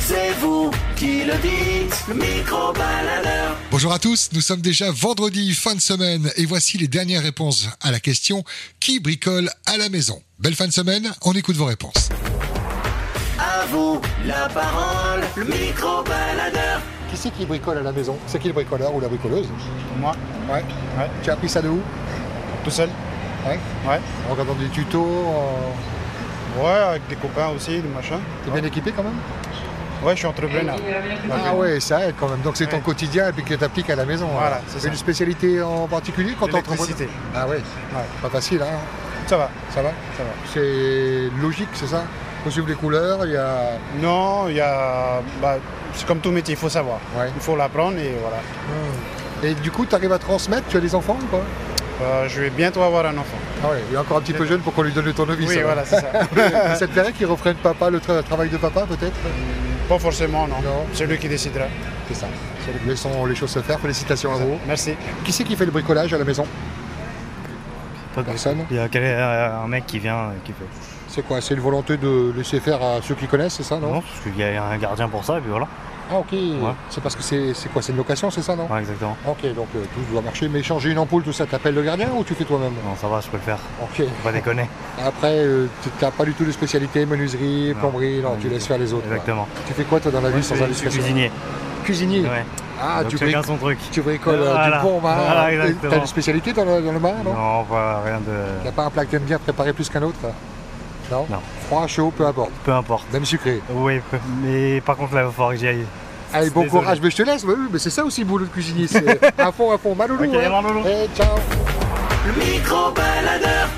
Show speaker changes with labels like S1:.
S1: c'est vous qui le dites, le micro-baladeur.
S2: Bonjour à tous, nous sommes déjà vendredi, fin de semaine, et voici les dernières réponses à la question Qui bricole à la maison Belle fin de semaine, on écoute vos réponses.
S1: À vous la parole, le micro-baladeur.
S2: Qui c'est qui bricole à la maison C'est qui le bricoleur ou la bricoleuse
S3: Moi
S2: Ouais.
S3: Ouais.
S2: Tu as appris ça de où
S3: Tout seul
S2: Ouais.
S3: Ouais.
S2: En regardant des tutos, euh,
S3: Ouais, avec des copains aussi, des machins.
S2: t'es bien équipé quand même
S3: Ouais, je suis entrepreneur.
S2: Ah ouais, ça aide quand même. Donc c'est ton
S3: Ouais.
S2: quotidien et puis que t'appliques à la maison.
S3: Voilà,
S2: hein.
S3: c'est ça.
S2: Une spécialité en particulier quand
S3: L'électricité.
S2: t'entreprennes Ah ouais. Pas facile, hein
S3: Ça va,
S2: Ça va
S3: ça va.
S2: C'est logique, c'est ça Faut suivre les couleurs, il y a...
S3: Non, il y a. bah, c'est comme tout métier, il faut savoir.
S2: Ouais.
S3: Il faut l'apprendre et voilà.
S2: Et du coup, t'arrives à transmettre Tu as des enfants ou pas
S3: Euh, je vais bientôt avoir un enfant.
S2: Ah ouais, il est encore un petit peu jeune pour qu'on lui donne le tournevis.
S3: oui,
S2: alors.
S3: voilà, c'est ça.
S2: Mais ça te plairait qu'il reprenne papa, le tra- travail de papa peut-être
S3: Pas forcément, non.
S2: Non.
S3: C'est lui qui décidera.
S2: C'est ça. Laissons les choses se faire, félicitations à vous.
S3: Merci.
S2: Qui c'est qui fait le bricolage à la maison Personne
S4: Il y a quel- euh, un mec qui vient et qui fait.
S2: C'est quoi C'est une volonté de laisser faire à ceux qui connaissent, c'est ça non,
S4: Non, parce qu'il y a un gardien pour ça, et puis voilà.
S2: Ah ok, c'est parce que c'est c'est quoi C'est une location, c'est ça non
S4: Ouais, exactement.
S2: Ok, donc euh, tout doit marcher, mais changer une ampoule, tout ça, t'appelles le gardien ou tu fais toi-même
S4: Non, ça va, je peux le faire.
S2: Ok.
S4: Faut pas déconner.
S2: Après, euh, tu n'as pas du tout de spécialité, menuiserie,
S4: Non.
S2: plomberie, non,
S4: Pas
S2: tu
S4: du
S2: laisses
S4: tout.
S2: faire les autres. quoi.
S4: Exactement.
S2: Tu fais quoi toi dans la vie
S4: je,
S2: sans
S4: suis- je suis
S2: indiscrétion
S4: cuisinier.
S2: Cuisinier
S4: Ouais.
S2: Ah,
S4: Donc
S2: tu bricoles,
S4: chacun son truc.
S2: tu bricoles euh,
S4: Voilà.
S2: du bon marin.
S4: Voilà,
S2: T'as-
S4: exactement.
S2: T'as une spécialité dans le, dans le marin, non
S4: Non, pas rien de.
S2: Il a pas un plat que t'aimes bien préparer plus qu'un autre euh, Non
S4: Non.
S2: Froid, chaud, peu importe.
S4: Peu importe.
S2: Même sucré.
S4: Oui, peu- mais par contre, là, il va falloir que j'y aille.
S2: Allez, bon
S4: Désolé.
S2: courage, mais je te laisse. Oui, oui, mais c'est ça aussi le boulot de cuisinier. C'est à fond, à fond. Maloulou.
S4: Ok,
S2: hein.
S4: maloulou.
S2: Eh, ciao.
S1: Le micro-baladeur.